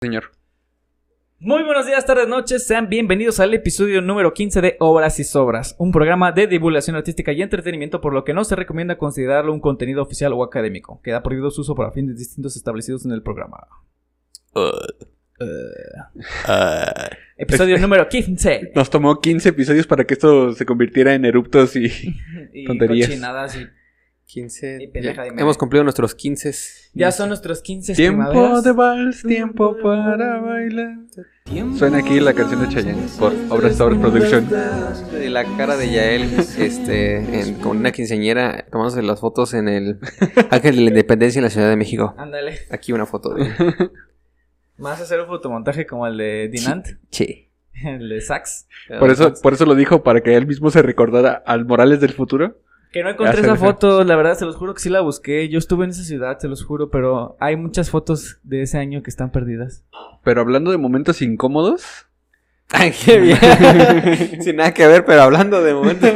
Señor. Muy buenos días, tardes, noches. Sean bienvenidos al episodio número 15 de Obras y Sobras, un programa de divulgación artística y entretenimiento, por lo que no se recomienda considerarlo un contenido oficial o académico. Queda prohibido su uso para fines distintos establecidos en el programa. Uh. Este. Episodio número 15. Nos tomó 15 episodios para que esto se convirtiera en eruptos y. Y Tonterías. cochinadas y- 15. Y pendeja de Ya- madre. hemos cumplido nuestros 15. Ya son nuestros 15 Tiempo primaveras. de vals, tiempo para bailar. Suena aquí la canción de Chayanne por Obras y Sobras Production. De la cara de Yael, este, en- con una quinceañera, tomándose las fotos en el Ángel de la Independencia en la Ciudad de México. Ándale. Aquí una foto de. Más hacer un fotomontaje como el de Dinant, Che. el de Sax. Por eso, por eso lo dijo, para que él mismo se recordara al Morales del futuro. Que no encontré Ya se esa me fue. foto, la verdad, se los juro que sí la busqué. Yo estuve en esa ciudad, se los juro, pero hay muchas fotos de ese año que están perdidas. Pero hablando de momentos incómodos. Ay, qué bien. Sin nada que ver, pero hablando de momento.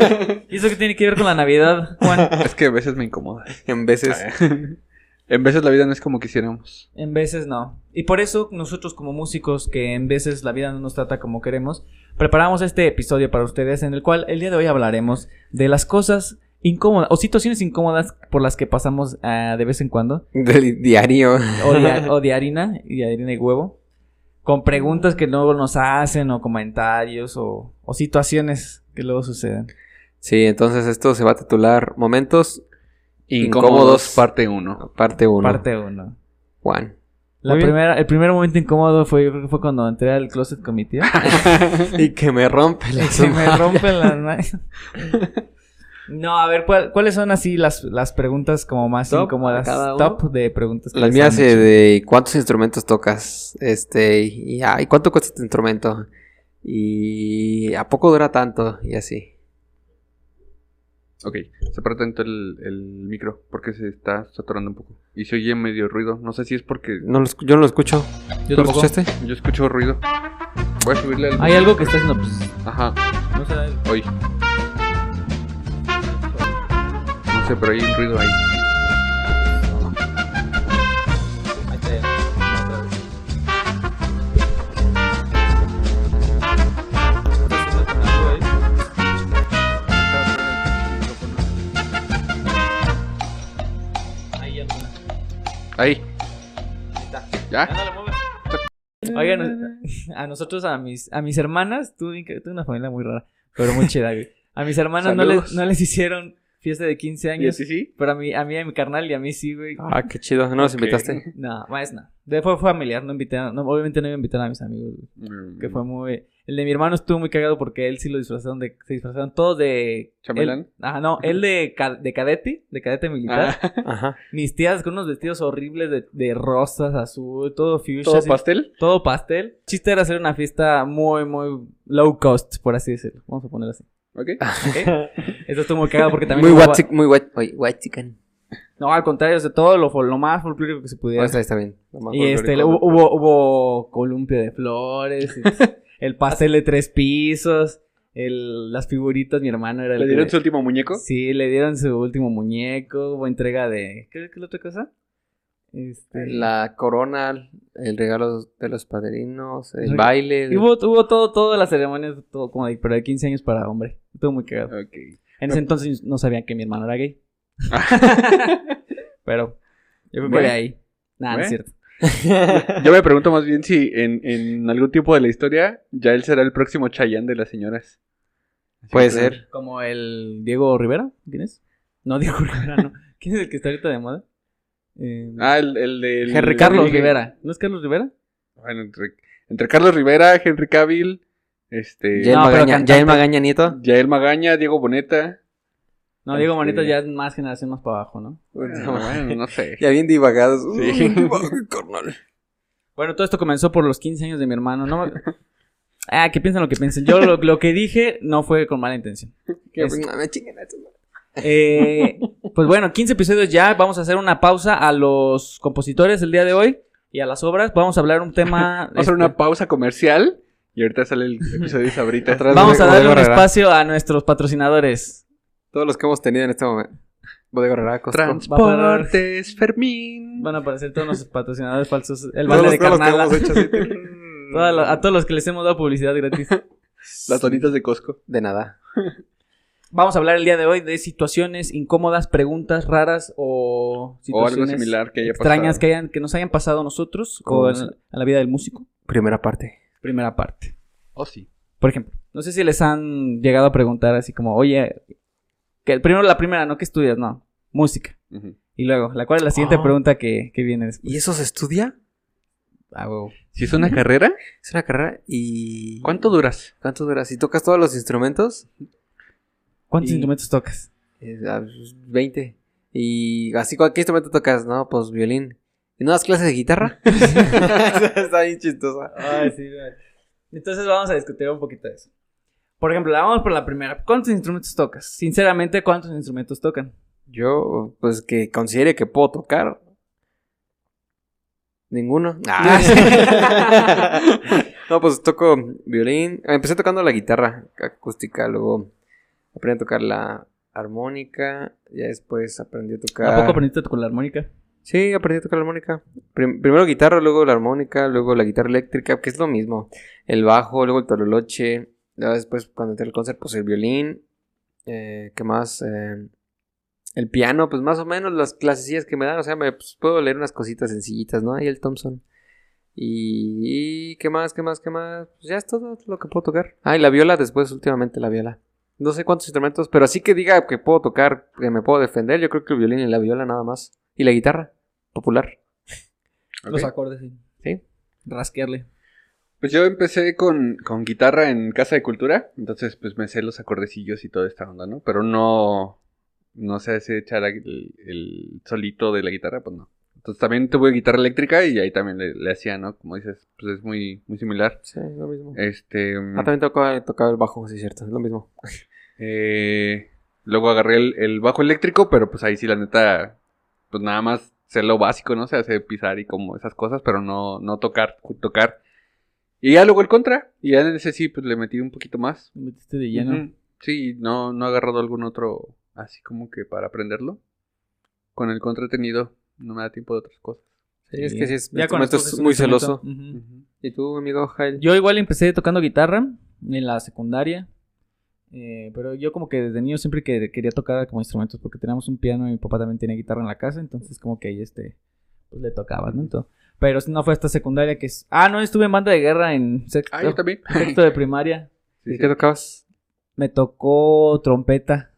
¿Y eso qué tiene que ver con la Navidad, Juan? Es que a veces me incomoda. En veces. En veces la vida no es como quisiéramos. En veces no. Y por eso nosotros como músicos, que en veces la vida no nos trata como queremos, preparamos este episodio para ustedes en el cual el día de hoy hablaremos de las cosas incómodas o situaciones incómodas por las que pasamos ah, de vez en cuando. Del diario. O de, o de harina, y de harina y huevo. Con preguntas que luego nos hacen o comentarios o, o situaciones que luego suceden. Sí, entonces esto se va a titular Momentos, Incómodos, Incómodos. parte 1. parte 1. Parte 1. Juan. La Muy bien. primera, el primer momento incómodo fue, yo creo que fue cuando entré al closet con mi tía. y que me rompe la Se me rompen las manos. No, a ver, ¿cuál- ¿cuáles son así las, las preguntas como más Top, incómodas? cada uno. Top de preguntas. que Las les mías han eh, hecho. de cuántos instrumentos tocas, este, y, y, ay, cuánto cuesta este instrumento, y a poco dura tanto, y así. Ok, separa tanto el, el micro porque se está saturando un poco. Y se oye medio ruido. No sé si es porque No lo escu- yo no lo escucho. Yo ¿Tú lo tampoco. escuchaste? yo escucho ruido. Voy a subirle al. Hay algo que está haciendo. pss, Ajá, no sé, hoy. No sé, pero hay un ruido ahí. ahí está. Ahí alguna. Ahí. ¿Ya? Oigan, a nosotros, a mis, a mis hermanas, tuve, tuve una familia muy rara, pero muy chida, güey. A mis hermanas no les, Saludos. no les hicieron fiesta de 15 años, Sí, sí. pero a mí, a mí, a mi carnal y a mí sí, güey. Ah, qué chido, ¿no los Ok. invitaste? No, más no. De- Fue familiar, no invité a- no, obviamente no iba a invitar a mis amigos, güey, Mm, que fue muy... El de mi hermano estuvo muy cagado porque él sí lo disfrazaron de... Se disfrazaron todos de... ¿Chambelán? él- Ajá, no, él de, ca- de cadete, de cadete militar. Ah. Ajá. Mis tías con unos vestidos horribles de, de rosas, azul, todo fuchsia. ¿Todo así, pastel? todo pastel. El chiste era hacer una fiesta muy, muy low cost, por así decirlo. Vamos a ponerlo así. Ok. Ah, Esto estuvo muy cagado porque también... Muy hubo- guachi- muy guach- oye, guachican. No, al contrario, de todo lo, fol- lo más folclórico que se pudiera. Ah, está, está bien. Lo más y este, folclórico. hubo, hubo, hubo columpio de flores, y el pastel de tres pisos, el- las figuritas, mi hermano era el ¿Le dieron que- su último muñeco? Sí, le dieron su último muñeco, hubo entrega de... ¿Qué, qué es la otra cosa? Este, La corona, el regalo de los padrinos, el Reg- baile. y Hubo, hubo todo, todas las ceremonias, todo como de, pero de 15 años para hombre. Estuvo muy cagado. Ok. En ese entonces no sabían que mi hermano era gay. Pero yo creo que Bueno. de ahí. Nada, no Bueno. es cierto. Yo me pregunto más bien si en, en algún tiempo de la historia ya él será el próximo Chayanne de las señoras. Puede Siempre- ser. Como el Diego Rivera, ¿quién es? No, Diego Rivera, no. ¿Quién es el que está ahorita de moda? Eh, Ah, el, el de... Henry Carlos Rivera. ¿No es Carlos Rivera? Bueno, entre, entre Carlos Rivera, Henry Cavill, este... Yael No, pero Magaña, cantante. Yael Magaña Nieto. Yael Magaña, Diego Boneta. No, Diego Este- Manito ya es más generación más para abajo, ¿no? Bueno, bueno, no sé. Ya bien divagados. Sí. carnal. Bueno, todo esto comenzó por los 15 años de mi hermano, ¿no? Ah, que piensen lo que piensen. Yo lo, lo que dije no fue con mala intención. Que, Es- no, me chinguen a tu madre. Eh, pues bueno, 15 episodios ya. Vamos a hacer una pausa a los compositores el día de hoy y a las obras. Vamos a hablar un tema. Vamos a hacer este, una pausa comercial y ahorita sale el episodio de Sabrita. Otra vez. vamos a Rodrigo darle un Herrera. espacio a nuestros patrocinadores. Todos los que hemos tenido en este momento. Bodega Horrera, Costco. Transportes, Fermín. Van a aparecer todos los patrocinadores falsos. El Todos vale los- de todos los que carnala. hemos hecho así, tío. Toda la- a todos los que les hemos dado publicidad gratis. Las donitas de Costco. De nada. Vamos a hablar el día de hoy de situaciones incómodas, preguntas raras o O algo situaciones similar que haya pasado. extrañas que, hayan, que nos hayan pasado a nosotros Como o en- nos- a la vida del músico. Primera parte. Primera parte. Oh, sí. Por ejemplo, no sé si les han llegado a preguntar así como, oye, que primero la primera, no que estudias, no, música. Ujú. Y luego, la cual es la siguiente Ah. pregunta que, que viene después. ¿Y eso se estudia? Ah, huevo. Si es una carrera, Es una carrera y... ¿cuánto duras? ¿Cuánto dura? Si tocas todos los instrumentos, ¿Cuántos Y- instrumentos tocas? eh, ah, 20. Y así, ¿cuál- ¿qué instrumento tocas? No, pues violín. ¿Y no das clases de guitarra? Está bien chistosa. Ay, sí, güey. Entonces vamos a discutir un poquito de eso. Por ejemplo, la vamos por la primera. ¿Cuántos instrumentos tocas? Sinceramente, ¿cuántos instrumentos tocan? Yo, pues que considere que puedo tocar. Ninguno. Ah, sí. no, pues toco violín. Empecé tocando la guitarra acústica, luego aprendí a tocar la armónica, ya después aprendí a tocar... ¿A poco aprendiste a tocar la armónica? Sí, aprendí a tocar la armónica. Prim- primero guitarra, luego la armónica, luego la guitarra eléctrica, que es lo mismo. El bajo, luego el tololoche. luego Después, cuando entré al concert, pues el violín. Eh, ¿Qué más? Eh, el piano, pues más o menos las clasecillas que me dan. O sea, me pues, puedo leer unas cositas sencillitas, ¿no? Y el Thompson. Y, y ¿qué más? ¿Qué más? ¿Qué más? Pues ya es todo lo que puedo tocar. Ah, y la viola después, últimamente la viola. No sé cuántos instrumentos, pero así que diga que puedo tocar, que me puedo defender. Yo creo que el violín y la viola nada más. Y la guitarra popular. Los Ok. acordes, sí. Sí. Rasquearle. Pues yo empecé con, con guitarra en Casa de Cultura, entonces pues me sé los acordecillos y toda esta onda, ¿no? Pero no, no sé si echar el, el solito de la guitarra, pues no. Entonces también tuve guitarra eléctrica y ahí también le, le hacía, ¿no? Como dices, pues es muy, muy similar. Sí, lo mismo. Este... Ah, también tocaba, tocaba el bajo, sí, cierto, es lo mismo. Eh, luego agarré el, el bajo eléctrico, pero pues ahí sí, la neta, pues nada más sé lo básico, ¿no? Se hace pisar y como esas cosas, pero no, no tocar, tocar. Y ya luego el contra, y ya en ese sí, pues le metí un poquito más. Me metiste de lleno. Ujú. Sí, no, no he agarrado algún otro así como que para aprenderlo. Con el contra he tenido, no me da tiempo de otras cosas. Sí, es que sí, es, Ya este momento cuando es escoges un muy instrumento. celoso. Ujú. ¿Y tú, amigo Jael? Yo igual empecé tocando guitarra en la secundaria. eh, pero yo como que desde niño siempre que quería tocar como instrumentos porque teníamos un piano y mi papá también tenía guitarra en la casa, entonces como que ahí este pues le tocaba, ¿no? Entonces, pero no fue hasta secundaria que es... Ah, no, estuve en banda de guerra en sexto, Ah, yo también. sexto de primaria. Sí, ¿Y sí. qué tocabas? Me tocó trompeta.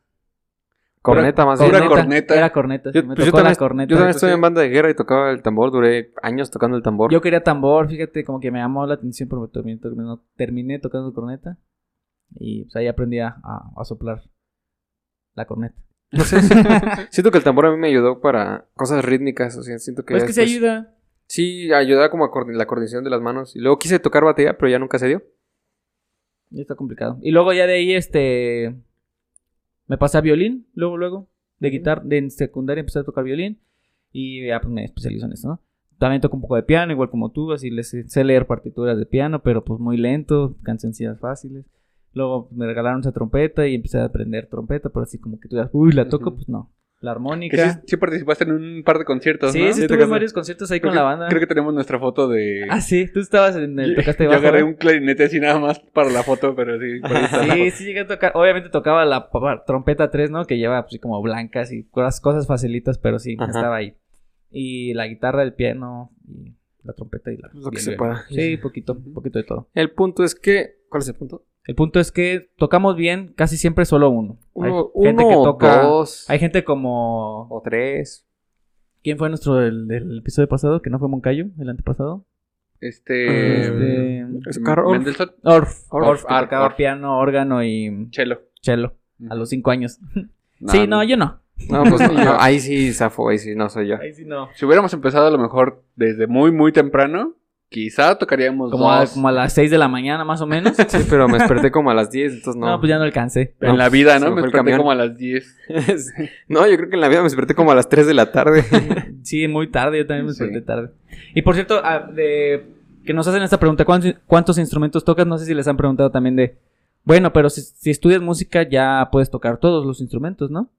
Corneta, más Pura bien. Una corneta. Era corneta. sí, Yo, me pues yo tocó la también, corneta. yo también Entonces, estuve en banda de guerra y tocaba el tambor, duré años tocando el tambor. Yo quería tambor, fíjate, como que me llamó la atención, pero terminé, terminé- terminé tocando corneta. Y pues ahí aprendí a, a- a soplar la corneta. No sé, sí. siento que el tambor a mí me ayudó para cosas rítmicas, o sea, siento que... Pues que se después- ayuda. Sí, ayudaba como a coordi- la coordinación de las manos. Y luego quise tocar batería, pero ya nunca se dio. Ya está complicado. Y luego ya de ahí, este. Me pasé a violín, luego, luego. De Ujú. guitarra, de en secundaria empecé a tocar violín. Y ya pues me especializo en eso, ¿no? También toco un poco de piano, igual como tú, así le sé sé leer partituras de piano, pero pues muy lento, cancioncillas fáciles. Luego me regalaron esa trompeta y empecé a aprender trompeta, pero así como que tú digas, uy, la toco, Ujú. pues no. La Que sí, armónica. sí participaste en un par de conciertos, Sí, ¿no? sí, ¿Te estuve en tocaste? varios conciertos ahí Creo con la que- banda. Creo que tenemos nuestra foto de... Ah, sí, tú estabas en el. Yo- Tocaste yo, bajo, agarré ¿verdad? un clarinete así nada más para la foto, pero sí. por ahí está la Sí, foto. sí llegué a tocar. Obviamente tocaba la pa- trompeta 3, ¿no? Que lleva pues, como blancas y cosas, cosas facilitas, pero sí, Ajá. estaba ahí. Y la guitarra, el piano, y la trompeta y la... Pues Lo que y el se violín. pueda. Sí, poquito, poquito de todo. El punto es que... ¿Cuál es el punto? El punto es que tocamos bien casi siempre solo uno. Hay Uno, gente uno que o toca... dos Hay gente como... o tres. ¿Quién fue nuestro del, del episodio pasado? Que no fue Moncayo, el antepasado. Este. Este, Es Carl Orff. Mendelssohn, Orf. Orf, Eh, Orff, que Orff, tocaba Orff. piano, órgano y Chelo. cello a los cinco años. sí, no, yo no. No, pues no, ahí sí zafo, ahí sí no soy yo. Ahí sí no. Si hubiéramos empezado a lo mejor desde muy, muy temprano, quizá tocaríamos Como a, Pues dos. como a las 6 de la mañana más o menos. Sí, pero me desperté como a las 10, entonces no. no. No, pues ya no alcancé. En No, la vida, se ¿no? Me me fue el desperté camión. como a las 10. yo creo que en la vida me desperté como a las 3 de la tarde. Sí, muy tarde, yo también me Sí. desperté tarde. Y por cierto, ah, de- que nos hacen esta pregunta, ¿cuántos, cuántos instrumentos tocas? No sé si les han preguntado también de, bueno, pero si, si estudias música ya puedes tocar todos los instrumentos, ¿no?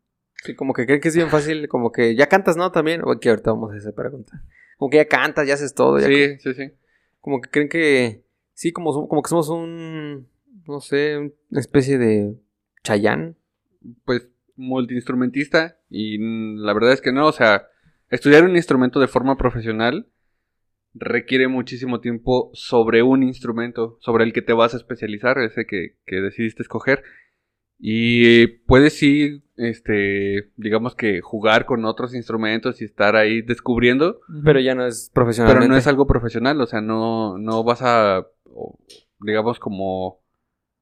Sí, como que creen que es bien fácil, como que ya cantas, ¿no? También, o que ahorita vamos a esa pregunta. Como que ya cantas, ya haces todo, ya Sí, sí, sí. como que creen que sí, como, som- como que somos un, no sé, una especie de chayán. Pues multiinstrumentista y mm, la verdad es que no, o sea, estudiar un instrumento de forma profesional requiere muchísimo tiempo sobre un instrumento, sobre el que te vas a especializar, ese que, que decidiste escoger. Y puedes sí, este, digamos que jugar con otros instrumentos y estar ahí descubriendo, pero ya no es profesional. pero no es algo profesional, o sea, no, no vas a, o, digamos, como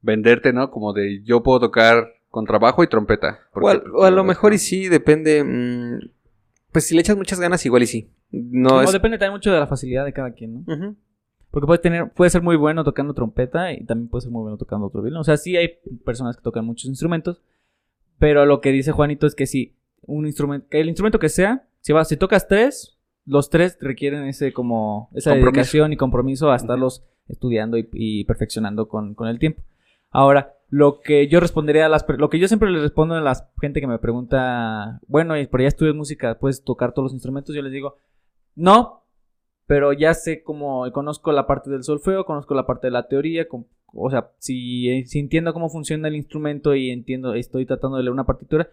venderte, ¿no? Como de yo puedo tocar con trabajo y trompeta. o, porque, al- pues, o la a lo verdad mejor es y sí, depende. mm, pues si le echas muchas ganas, igual y sí. No No, es. depende también mucho de la facilidad de cada quien, ¿no? Ujú. Porque puede tener, puede ser muy bueno tocando trompeta y también puede ser muy bueno tocando otro violín. O sea, sí hay personas que tocan muchos instrumentos, pero lo que dice Juanito es que si un instrumento, el instrumento que sea, si vas, si tocas tres, los tres requieren ese como esa Compromiso. dedicación y compromiso a estarlos estudiando y, y perfeccionando con, con el tiempo. Ahora, lo que yo respondería a las, per- lo que yo siempre le respondo a la gente que me pregunta, bueno, y- pero ya estudias música, puedes tocar todos los instrumentos, yo les digo, no, pero ya sé cómo, conozco la parte del solfeo, conozco la parte de la teoría, con- o sea, si, si entiendo cómo funciona el instrumento y entiendo, estoy tratando de leer una partitura,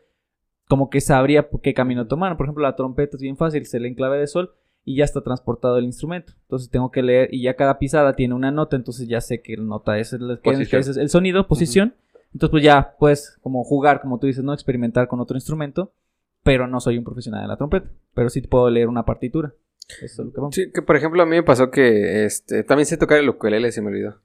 como que sabría por qué camino tomar. Por ejemplo, la trompeta es bien fácil, se lee en clave de sol y ya está transportado el instrumento. Entonces tengo que leer y ya cada pisada tiene una nota, entonces ya sé que nota es el, que- Posición. que es el sonido, posición. Entonces pues ya puedes como jugar, como tú dices, no experimentar con otro instrumento, pero no soy un profesional de la trompeta, pero sí puedo leer una partitura. Eso es lo que vamos. Sí, que por ejemplo a mí me pasó que este, también sé tocar el ukulele, se me olvidó.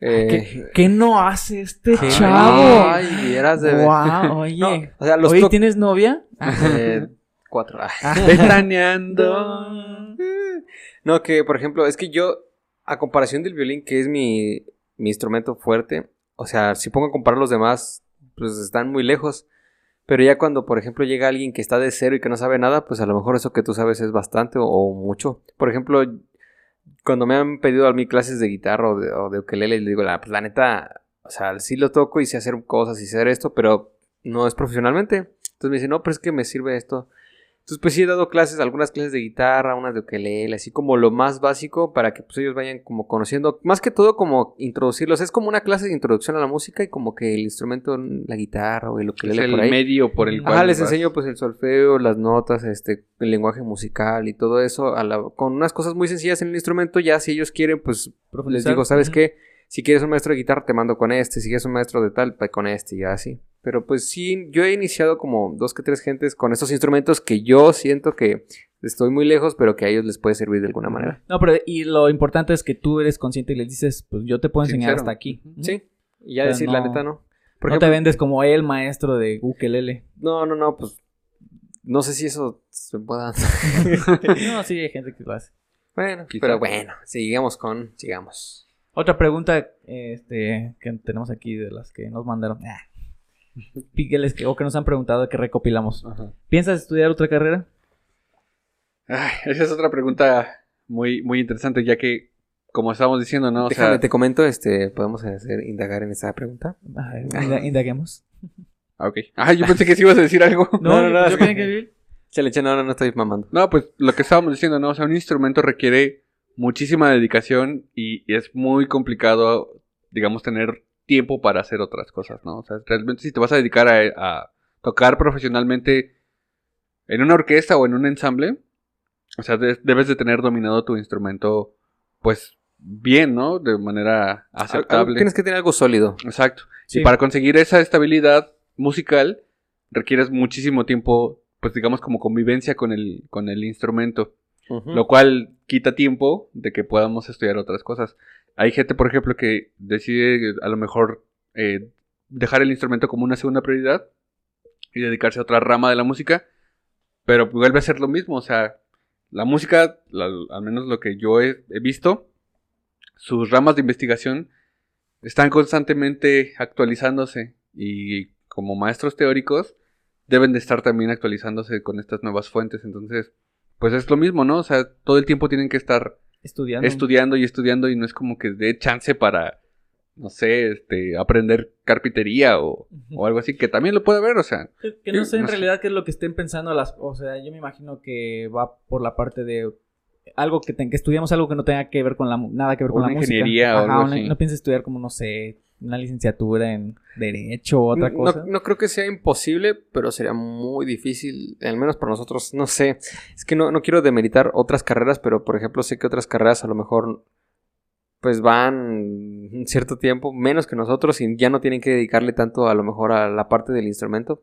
Eh, ¿Qué, qué no hace este sí. chavo? Ay, vieras de ver. Guau, oye. No, o sea, los Oye, to- ¿tienes novia? eh, cuatro. ah. que- Ventaneando. No, que por ejemplo, es que yo, a comparación del violín, que es mi, mi instrumento fuerte, o sea, si pongo a comparar los demás, pues están muy lejos. Pero ya cuando, por ejemplo, llega alguien que está de cero y que no sabe nada, pues a lo mejor eso que tú sabes es bastante o, o mucho. Por ejemplo, cuando me han pedido a mí clases de guitarra o de, o de ukelele, les digo, la, pues, la neta, o sea, sí lo toco y sé hacer cosas y sé hacer esto, pero no es profesionalmente. Entonces me dicen, no, pero es que me sirve esto. Entonces, pues sí he dado clases, algunas clases de guitarra, unas de ukelele, así como lo más básico para que pues ellos vayan como conociendo, más que todo como introducirlos, es como una clase de introducción a la música y como que el instrumento, la guitarra o el Es ukelele el por ahí. medio por el Ajá, cual. Ajá, les vas. enseño pues el solfeo, las notas, este, el lenguaje musical y todo eso, a la- con unas cosas muy sencillas en el instrumento, ya si ellos quieren, pues les digo, ¿sabes qué? qué? Si quieres un maestro de guitarra, te mando con este, si quieres un maestro de tal, pues con este y así. Pero pues sí, yo he iniciado como dos que tres gentes con estos instrumentos que yo siento que estoy muy lejos, pero que a ellos les puede servir de alguna manera. No, pero y lo importante es que tú eres consciente y les dices, pues yo te puedo enseñar Sincero. hasta aquí. Sí, y ya Pero decir la no- neta, ¿no? no te vendes como el maestro de ukelele. no, no, no, pues no sé si eso se pueda... no, sí, hay gente que lo hace. bueno, Quizá. pero bueno, sigamos con, sigamos. Otra pregunta este, que tenemos aquí de las que nos mandaron. Ah. Píqueles que- o que nos han preguntado que recopilamos. Ajá. ¿Piensas estudiar otra carrera? Ay, esa es otra pregunta muy, muy interesante, ya que, como estábamos diciendo, ¿no? O Déjame, sea, te comento, este, podemos hacer, indagar en esta pregunta. A ver, Ah, inda- indaguemos. ah, ok. Ah, yo pensé que sí ibas a decir algo. No, no, no, yo es tenía que- que vivir. Chale, chale, no, no, no estoy mamando. No, pues lo que estábamos diciendo, ¿no? O sea, un instrumento requiere muchísima dedicación y, y es muy complicado, digamos, tener tiempo para hacer otras cosas, ¿no? O sea, realmente si te vas a dedicar a, a tocar profesionalmente en una orquesta o en un ensamble, o sea, de- debes de tener dominado tu instrumento, pues, bien, ¿no? De manera Algo- aceptable. Tienes que tener algo sólido. Exacto. Sí. Y para conseguir esa estabilidad musical requieres muchísimo tiempo, pues digamos como convivencia con el, con el instrumento, lo cual quita tiempo de que podamos estudiar otras cosas. Hay gente, por ejemplo, que decide eh, a lo mejor eh, dejar el instrumento como una segunda prioridad y dedicarse a otra rama de la música, pero vuelve a ser lo mismo, o sea, la música, la- al menos lo que yo he- he visto, sus ramas de investigación están constantemente actualizándose y como maestros teóricos deben de estar también actualizándose con estas nuevas fuentes. Entonces, pues es lo mismo, ¿no? O sea, todo el tiempo tienen que estar Estudiando. estudiando y estudiando y no es como que dé chance para no sé, este, aprender carpintería o, o algo así, que también lo puede haber, o sea, Que, que no Sí, sé en no sé. realidad qué es lo que estén pensando las... O sea, yo me imagino que va por la parte de algo que, ten- que estudiamos algo que no tenga que ver con la mu- nada que ver con Una la música. ingeniería Ajá, o algo una- así. No piensa estudiar como, no sé, una licenciatura en Derecho o otra No- cosa. No, creo que sea imposible, pero sería muy difícil, al menos para nosotros, no sé. Es que no, no quiero demeritar otras carreras, pero por ejemplo sé que otras carreras a lo mejor pues van un cierto tiempo, menos que nosotros, y ya no tienen que dedicarle tanto a lo mejor a la parte del instrumento.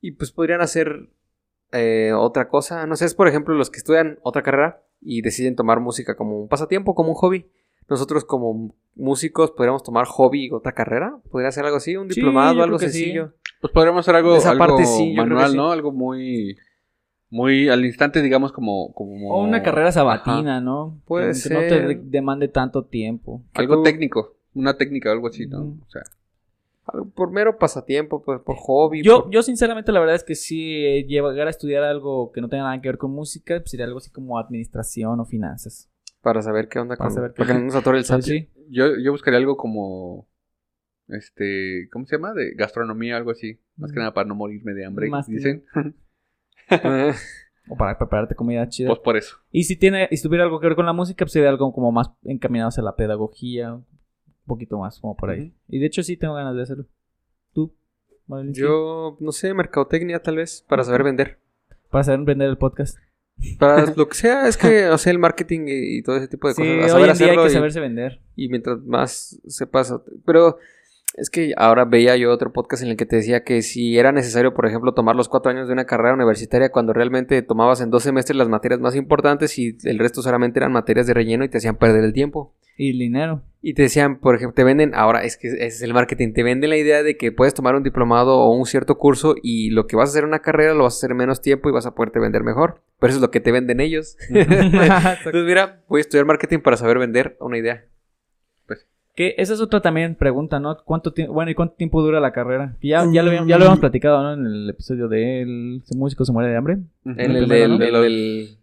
Y pues podrían hacer eh, otra cosa. No sé, es por ejemplo los que estudian otra carrera y deciden tomar música como un pasatiempo, como un hobby. Nosotros como músicos podríamos tomar hobby otra carrera. Podría ser algo así, un Sí, diplomado, yo algo creo que sí. sencillo. pues podríamos hacer algo, Esa algo parte sí, yo creo que manual, sí. ¿no? Algo muy, muy al instante, digamos, como... como O una carrera sabatina, ¿no? Puede que, que no te ser. demande tanto tiempo. Algo Algo- técnico, una técnica o algo así, ¿no? Ujú. O sea, Algo por mero pasatiempo, por, por hobby. Yo, por- yo sinceramente la verdad es que sí eh, llegar a estudiar algo que no tenga nada que ver con música pues, sería algo así como administración o finanzas. Para saber qué onda Para con... saber qué- para que no nos atore el Sí, SAT. sí. yo, yo buscaría algo como... Este, ¿cómo se llama? De gastronomía, algo así. Más que Ujú. nada para no morirme de hambre, Más que- dicen. Eh, O para prepararte comida chida. Pues por eso. y si tiene, y si tuviera algo que ver con la música, pues sería algo como más encaminado hacia la pedagogía, un poquito más como por ahí. Ujú. Y de hecho sí tengo ganas de hacerlo. ¿Tú? Marilyn, sí? yo, no sé, mercadotecnia tal vez, para saber vender. Para saber vender el podcast. Para lo que sea, es que, o sea, el marketing y, y todo ese tipo de Sí, cosas. hoy en a saber día hay hacerlo que y- saberse vender. y mientras más se pasa. Pero es que ahora veía yo otro podcast en el que te decía que si era necesario, por ejemplo, tomar los cuatro años de una carrera universitaria cuando realmente tomabas en dos semestres las materias más importantes y el resto solamente eran materias de relleno y te hacían perder el tiempo. Y el dinero. Y te decían, por ejemplo, te venden, ahora es que ese es el marketing, te venden la idea de que puedes tomar un diplomado o un cierto curso y lo que vas a hacer en una carrera lo vas a hacer en menos tiempo y vas a poderte vender mejor. Pero eso es lo que te venden ellos. Entonces, mira, voy a estudiar marketing para saber vender una idea. Que esa es otra también pregunta, ¿no? ¿Cuánto tiempo, bueno, y cuánto tiempo dura la carrera? Que ya, ya, lo, habíamos- ya lo habíamos platicado, ¿no? En el episodio de El músico se muere de hambre. En el, Ujú. del- primero, ¿no? el del-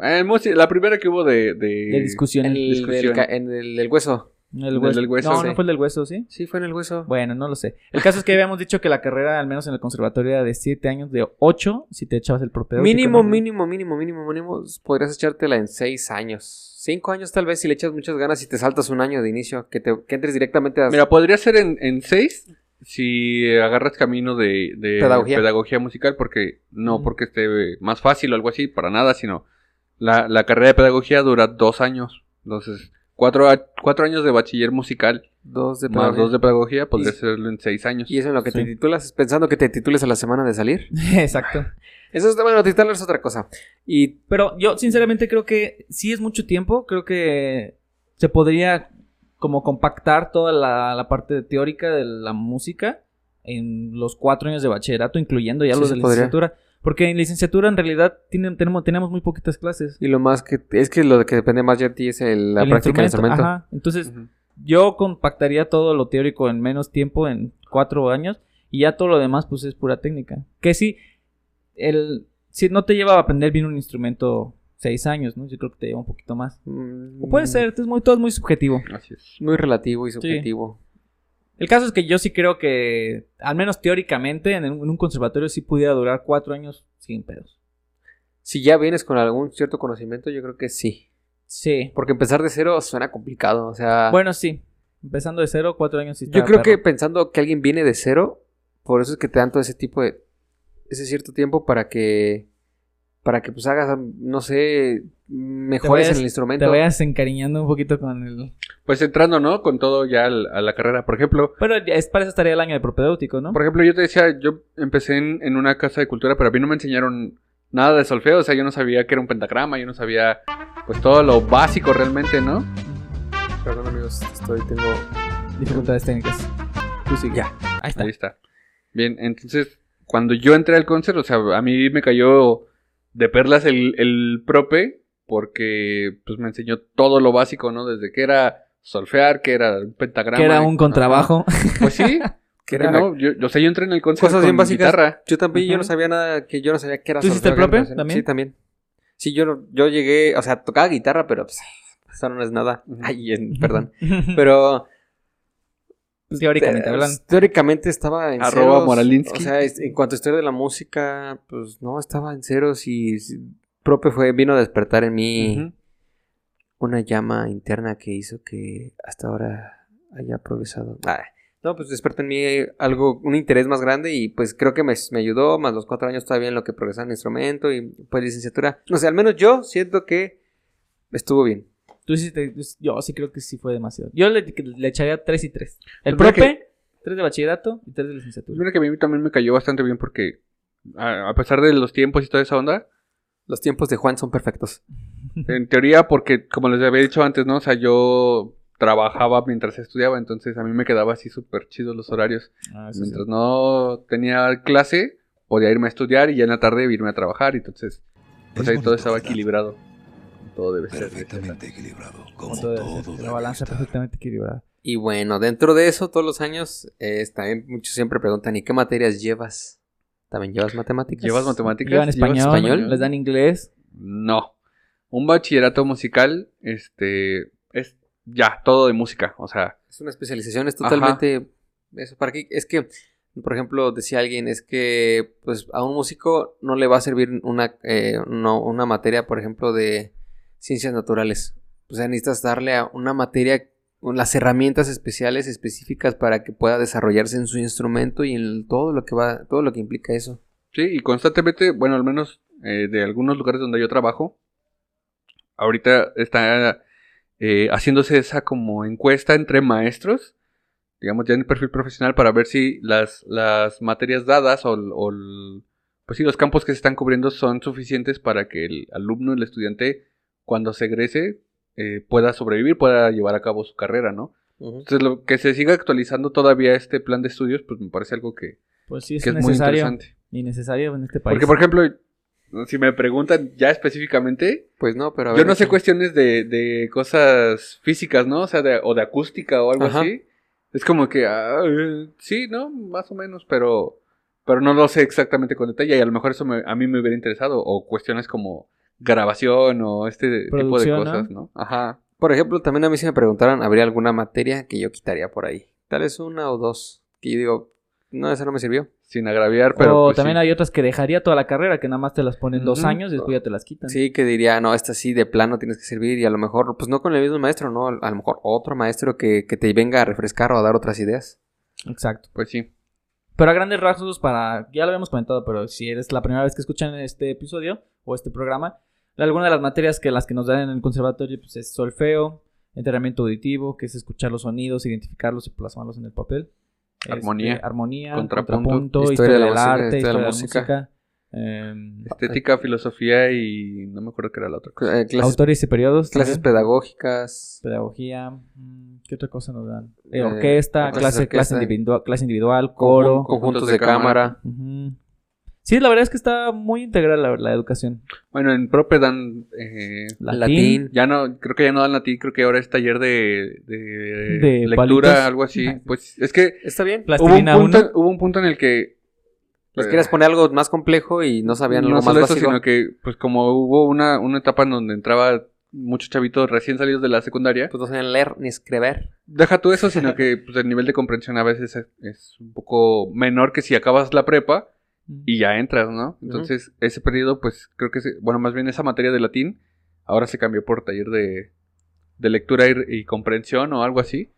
Ah, el músico- la primera que hubo de... De, De discusiones. En el, Discusión. del, ca- en el del hueso. El del del hueso, No, sí. no fue el del hueso, ¿sí? Sí, fue en el hueso. Bueno, no lo sé. El caso es que habíamos dicho que la carrera, al menos en el conservatorio, era de 7 años, de 8, si te echabas el propedéutico. mínimo, ¿no? mínimo, mínimo, mínimo, mínimo. Podrías echártela en seis años. Cinco años tal vez si le echas muchas ganas y te saltas un año de inicio. Que, te, que entres directamente a... Mira, podría ser en, en seis si agarras camino de, de Pedagogía. musical, porque no Ujú. porque esté más fácil o algo así, para nada, sino la, la carrera de pedagogía dura dos años. Entonces, cuatro, a- cuatro años de bachiller musical dos de más pedagogía. dos de pedagogía podría Y- serlo en seis años. Y eso en lo que te Sí. titulas, pensando que te titules a la semana de salir. Exacto. Eso está bueno, titular es otra cosa. Y Pero yo, sinceramente, creo que sí es mucho tiempo. Creo que se podría como compactar toda la, la parte teórica de la música en los cuatro años de bachillerato, incluyendo ya Sí, los se de podría. licenciatura. Porque en licenciatura, en realidad, tienen- tenemos, tenemos muy poquitas clases. Y lo más que es que lo que depende más de ti es el- la El práctica del instrumento. Ajá. Entonces, Ujú. yo compactaría todo lo teórico en menos tiempo, en cuatro años, y ya todo lo demás, pues es pura técnica. Que sí, el, si no te lleva a aprender bien un instrumento seis años, ¿no? Yo creo que te lleva un poquito más. O Mm, puede ser, es muy, todo es muy subjetivo. Así es. Muy relativo y subjetivo. El caso es que yo sí creo que, al menos teóricamente, en un en un conservatorio sí pudiera durar cuatro años sin pedos. Si ya vienes con algún cierto conocimiento, yo creo que sí. Sí. Porque empezar de cero suena complicado. O sea, Bueno, sí. Empezando de cero, cuatro años sí yo está creo que perro. pensando que alguien viene de cero, por eso es que te dan todo ese tipo de. ese cierto tiempo para que. para que pues hagas, no sé, mejores vayas- en el te instrumento. vayas encariñando un poquito con el... Pues entrando, ¿no? Con todo ya al- a la carrera. Por ejemplo, Pero ya es para eso estaría el año de propedéutico, ¿no? Por ejemplo, yo te decía, yo empecé en, en una casa de cultura, pero a mí no me enseñaron nada de solfeo, o sea, yo no sabía que era un pentagrama, yo no sabía, pues todo lo básico realmente, ¿no? Perdón, amigos, estoy, tengo. Dificultades técnicas. Tú sigue. Ya. Ahí está. Ahí está. Bien, entonces, cuando yo entré al concierto, o sea, a mí me cayó de perlas el, el prope, porque pues me enseñó todo lo básico, ¿no? Desde que era solfear, que era un pentagrama. Que era un ¿eh? Ajá. contrabajo. Pues sí, Que porque era- no, yo, o sea, yo entré en el concierto Cosas bien con básicas. guitarra. Yo también, yo no Ujú. sabía nada, que yo no sabía que era ¿Tú hiciste solfeo, el prope que no- también? Sí, también. Sí, yo, no- yo llegué, o sea, tocaba guitarra, pero pues, eso no es nada. Ujú. Ay, en- perdón. Pero Pues, teóricamente Te- hablando. Teóricamente estaba en Arroba ceros. Moralinsky. O sea, es- en cuanto a historia de la música, pues no, estaba en ceros y s- propio fue, vino a despertar en mí Ujú. una llama interna que hizo que hasta ahora haya progresado. Ah, no, pues despertó en mí algo, un interés más grande y pues creo que me, me ayudó, más los cuatro años todavía en lo que progresaba en el instrumento y pues licenciatura. No sé, al menos yo siento que estuvo bien. Tú hiciste, yo sí creo que sí fue demasiado. Yo le, le echaría 3 y 3. El Pues mira prope, 3 de bachillerato y 3 de Pues licenciatura. mira que a mí también me cayó bastante bien porque a, a pesar de los tiempos y toda esa onda, Los tiempos de Juan son perfectos. en teoría porque como les había dicho antes, ¿no? O sea, yo trabajaba mientras estudiaba, entonces a mí me quedaba así súper chidos los horarios. Ah, eso sí. Mientras no tenía clase, podía irme a estudiar y ya en la tarde irme a trabajar, y entonces, o sea, y todo Es bonito, estaba ¿verdad? equilibrado. Todo debe ser. de esa manera. Perfectamente equilibrado, como Todo debe ser, todo La debe balanza estar. perfectamente equilibrada. Y bueno, dentro de eso, todos los años, eh, también muchos siempre preguntan, ¿y qué materias llevas? ¿También llevas matemáticas? ¿Llevas matemáticas? Llevan ¿Llevas español, español? les dan inglés. No. Un bachillerato musical, este, es ya, todo de música. O sea, Es una especialización, es totalmente... Eso, ¿para qué? Es que, por ejemplo, decía alguien, es que pues a un músico no le va a servir una, eh, no, una materia, por ejemplo, de ciencias naturales. O sea, necesitas darle a una materia con las herramientas especiales, específicas para que pueda desarrollarse en su instrumento y en todo lo que va, todo lo que implica eso. sí, y constantemente, bueno, al menos eh, de algunos lugares donde yo trabajo, ahorita está eh, haciéndose esa como encuesta entre maestros, digamos ya en el perfil profesional, para ver si las, las materias dadas o, l- o l- pues sí, los campos que se están cubriendo son suficientes para que el alumno, el estudiante, cuando se egrese, eh, pueda sobrevivir, pueda llevar a cabo su carrera, ¿no? Entonces, lo que se siga actualizando todavía este plan de estudios, pues me parece algo que, Pues sí, es, que es muy necesario. interesante. Y necesario en este país. Porque, por ejemplo, si me preguntan ya específicamente, Pues no, pero a yo ver, no sé échale. cuestiones de, de cosas físicas, ¿no? O sea, de, o de acústica o algo Ajá. así. Es como que, ah, eh, sí, ¿no? Más o menos, pero, pero no lo sé exactamente con detalle y a lo mejor eso me- a mí me hubiera interesado. O cuestiones como grabación o este tipo de Producción, ¿no? cosas, ¿no? Ajá. Por ejemplo, también a mí si me preguntaran, ¿habría alguna materia que yo quitaría por ahí? Tal vez una o dos. Que yo digo, no, esa no me sirvió. Sin agraviar, pero... o pues, sí. también hay otras que dejaría toda la carrera, que nada más te las ponen dos Ujú. años y después ya te las quitan. Sí, que diría, no, esta sí de plano tienes que servir y a lo mejor, pues no con el mismo maestro, ¿no? A lo mejor otro maestro que, que te venga a refrescar o a dar otras ideas. Exacto. Pues sí. Ah, Pero a grandes rasgos, para. Ya lo habíamos comentado, pero si eres la primera vez que escuchan este episodio o este programa, alguna de las materias que las que nos dan en el conservatorio pues, es solfeo, entrenamiento auditivo, que es escuchar los sonidos, identificarlos y plasmarlos en el papel. Este, Armonía. armonía, Contrapunto, contrapunto, historia, del música, arte, historia historia de la música. música. em, Estética, filosofía y no me acuerdo qué era la otra cosa. Eh, clases autores y periodos. clases también, pedagógicas. pedagogía. mm, ¿Qué otra cosa nos dan? Eh, Eh, orquesta, clases clase, de clase, orquesta. individual, clase individual, coro. conjuntos, de, cámara. Ujú. Sí, la verdad es que está muy integral la, la educación. Bueno, en Prope dan. eh, Latín. Latín. ya no, creo que ya no dan latín, creo que ahora es taller de, de De lectura, palitos. algo así. Pues es que Está bien. hubo un, Plastilina punto, 1. hubo un punto en el que. Les eh, quieras poner algo más complejo y no sabían no algo más solo eso, básico. sino que, pues como hubo una, una etapa en donde entraba muchos chavitos recién salidos de la secundaria, Pues no sabían leer ni escribir. deja tú eso, sino que pues, el nivel de comprensión a veces es, es un poco menor que si acabas la prepa y ya entras, ¿no? Entonces, ese periodo, pues creo que, se- bueno, más bien esa materia de latín, ahora se cambió por taller de, de lectura y, y comprensión o algo así.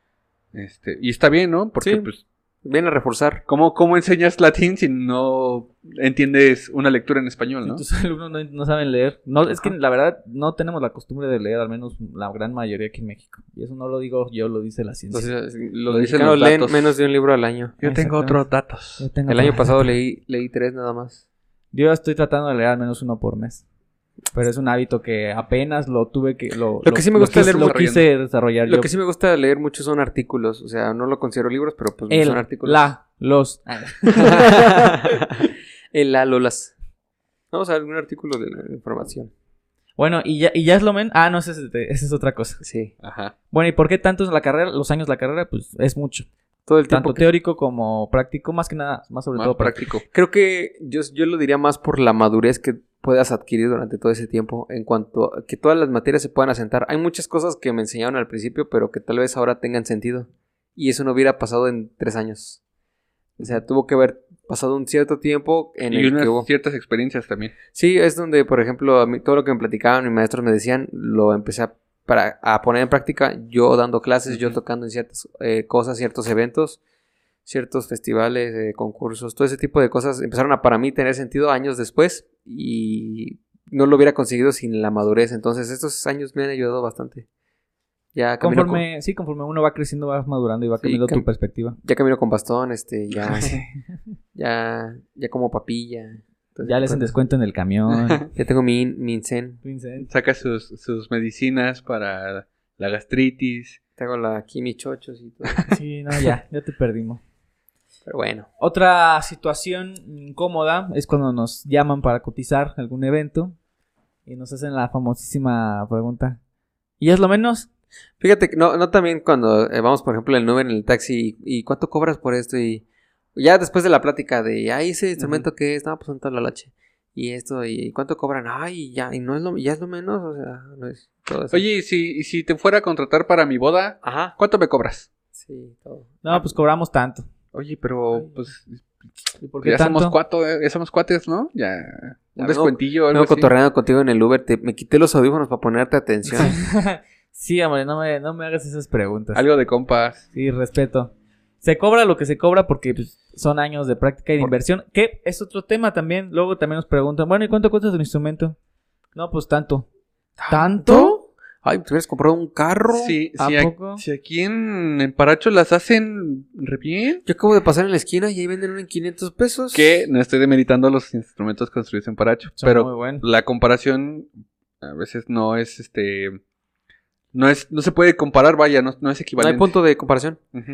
Este, y está bien, ¿no? Porque, Sí. pues, Viene a reforzar. ¿cómo, ¿cómo enseñas latín si no entiendes una lectura en español, no? Tus alumnos no, no saben leer. No, es que la verdad no tenemos la costumbre de leer, al menos la gran mayoría aquí en México. Y eso no lo digo yo, lo dice la ciencia. Entonces, Lo los dicen mexicanos los leen datos. menos de un libro al año. Yo tengo otros datos. Yo tengo El año otra- pasado leí, leí tres nada más. Yo estoy tratando de leer al menos uno por mes. Pero es un hábito que apenas lo tuve que. Lo, Lo que sí me gusta quise- leer Lo mucho. quise desarrollar Lo yo. que sí me gusta leer mucho son artículos. O sea, no lo considero libros, pero pues El, son artículos. Ah. la, los. El la, lolas. Vamos a algún artículo de la información. Bueno, y ya, y ya es lo menos. Ah, no, esa es, esa es otra cosa. Sí. Ajá. Bueno, ¿y por qué tantos la carrera, los años de la carrera? Pues es mucho. Todo el tiempo. Tanto que- teórico como práctico, más que nada, más sobre Más todo práctico. práctico. Creo que yo, yo lo diría más por la madurez que puedas adquirir durante todo ese tiempo en cuanto a que todas las materias se puedan asentar. Hay muchas cosas que me enseñaron al principio, pero que tal vez ahora tengan sentido. y eso no hubiera pasado en tres años. O sea, tuvo que haber pasado un cierto tiempo en y el que hubo. unas ciertas experiencias también. Sí, es donde, por ejemplo, a mí, todo lo que me platicaban, mis maestros me decían, lo empecé a, para, a poner en práctica, yo dando clases, yo Ujú. tocando en ciertas eh, cosas, ciertos eventos, ciertos festivales, eh, concursos, todo ese tipo de cosas empezaron a para mí tener sentido años después y no lo hubiera conseguido sin la madurez. Entonces, estos años me han ayudado bastante. Ya camino, con, Conforme, sí, conforme uno va creciendo, vas madurando y va Sí, cambiando tu cam- perspectiva. ya camino con bastón, este, ya, ya, ya como papilla. Entonces, ya le hacen pues, descuento en el camión. Ya tengo mi, in- mi incen. Vincent. Saca sus, sus medicinas para la gastritis. Tengo la aquí mis chochos y todo. Sí, no, ya, ya te perdimos. Pero bueno. Otra situación incómoda es cuando nos llaman para cotizar algún evento y nos hacen la famosísima pregunta. ¿Y es lo menos? Fíjate, que no, no también cuando eh, vamos, por ejemplo, el número en el taxi y, y cuánto cobras por esto y ya después de la plática de, ay, ese instrumento que es, no, pues son toda la noche. Y esto, y cuánto cobran, ay, ya, y no es lo, ya es lo menos, o sea, no es todo eso. Oye, ¿y si, y si te fuera a contratar para mi boda, Ajá. ¿cuánto me cobras? Sí, todo. No, pues cobramos tanto. Oye, pero pues ¿Y por qué ya tanto? somos, cuatro, eh, somos cuates, ¿no? Ya. Un no, descuentillo. algo No, así. cotorreando contigo en el Uber, te, me quité los audífonos para ponerte atención. sí, hombre, no me, no me hagas esas preguntas. Algo de compas. Sí, respeto. Se cobra lo que se cobra porque pues, son años de práctica y de Por- inversión, que es otro tema también. Luego también nos preguntan, bueno, ¿y cuánto cuesta tu instrumento? No, pues tanto. ¿Tanto? Ay, ¿tú hubieras comprado un carro? Sí, ¿A si, a- poco? si aquí en, en Paracho las hacen re bien. Yo acabo de pasar en la esquina y ahí venden uno en 500 pesos. Que no estoy demeritando los instrumentos construidos en Paracho, Son pero muy bueno. la comparación a veces no es este no es no se puede comparar vaya no, no es No hay equivalente punto de comparación. Ujú.